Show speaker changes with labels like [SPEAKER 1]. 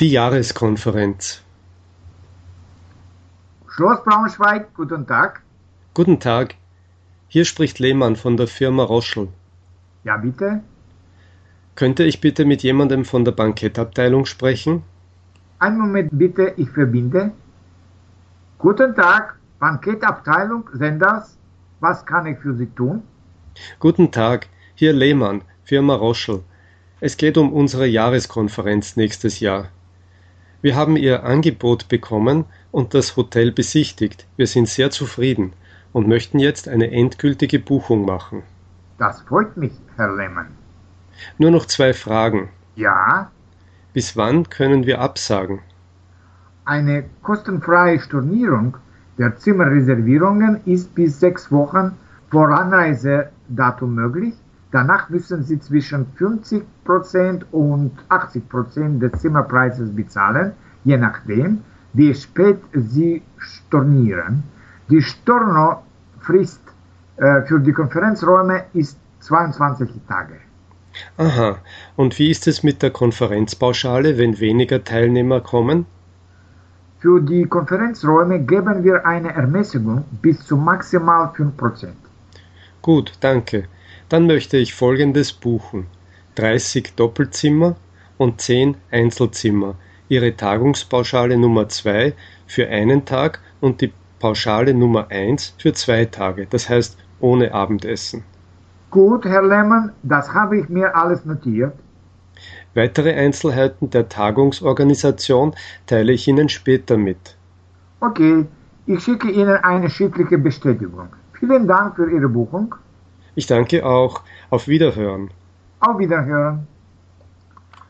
[SPEAKER 1] Die Jahreskonferenz.
[SPEAKER 2] Schloss Braunschweig, guten Tag.
[SPEAKER 1] Guten Tag. Hier spricht Lehmann von der Firma Roschel.
[SPEAKER 2] Ja, bitte.
[SPEAKER 1] Könnte ich bitte mit jemandem von der Bankettabteilung sprechen?
[SPEAKER 2] Einen Moment bitte, ich verbinde. Guten Tag, Bankettabteilung Senders. Was kann ich für Sie tun?
[SPEAKER 1] Guten Tag. Hier Lehmann, Firma Roschel. Es geht um unsere Jahreskonferenz nächstes Jahr. Wir haben Ihr Angebot bekommen und das Hotel besichtigt. Wir sind sehr zufrieden und möchten jetzt eine endgültige Buchung machen.
[SPEAKER 2] Das freut mich, Herr Lehmann.
[SPEAKER 1] Nur noch zwei Fragen.
[SPEAKER 2] Ja,
[SPEAKER 1] Bis wann können wir absagen?
[SPEAKER 2] eine kostenfreie Stornierung der Zimmerreservierungen ist bis sechs Wochen vor Anreisedatum möglich. Danach müssen Sie zwischen 50% und 80% des Zimmerpreises bezahlen, je nachdem, wie spät Sie stornieren. Die Stornofrist äh, für die Konferenzräume ist 22 Tage.
[SPEAKER 1] Aha, und wie ist es mit der Konferenzpauschale, wenn weniger Teilnehmer kommen?
[SPEAKER 2] Für die Konferenzräume geben wir eine Ermäßigung bis zu maximal 5%.
[SPEAKER 1] Gut, danke. Dann möchte ich Folgendes buchen. 30 Doppelzimmer und 10 Einzelzimmer. Ihre Tagungspauschale Nummer 2 für einen Tag und die Pauschale Nummer 1 für zwei Tage, das heißt ohne Abendessen.
[SPEAKER 2] Gut, Herr Lehmann, das habe ich mir alles notiert.
[SPEAKER 1] Weitere Einzelheiten der Tagungsorganisation teile ich Ihnen später mit.
[SPEAKER 2] Okay, ich schicke Ihnen eine schriftliche Bestätigung. Vielen Dank für Ihre Buchung.
[SPEAKER 1] Ich danke auch. Auf Wiederhören.
[SPEAKER 2] Auf Wiederhören.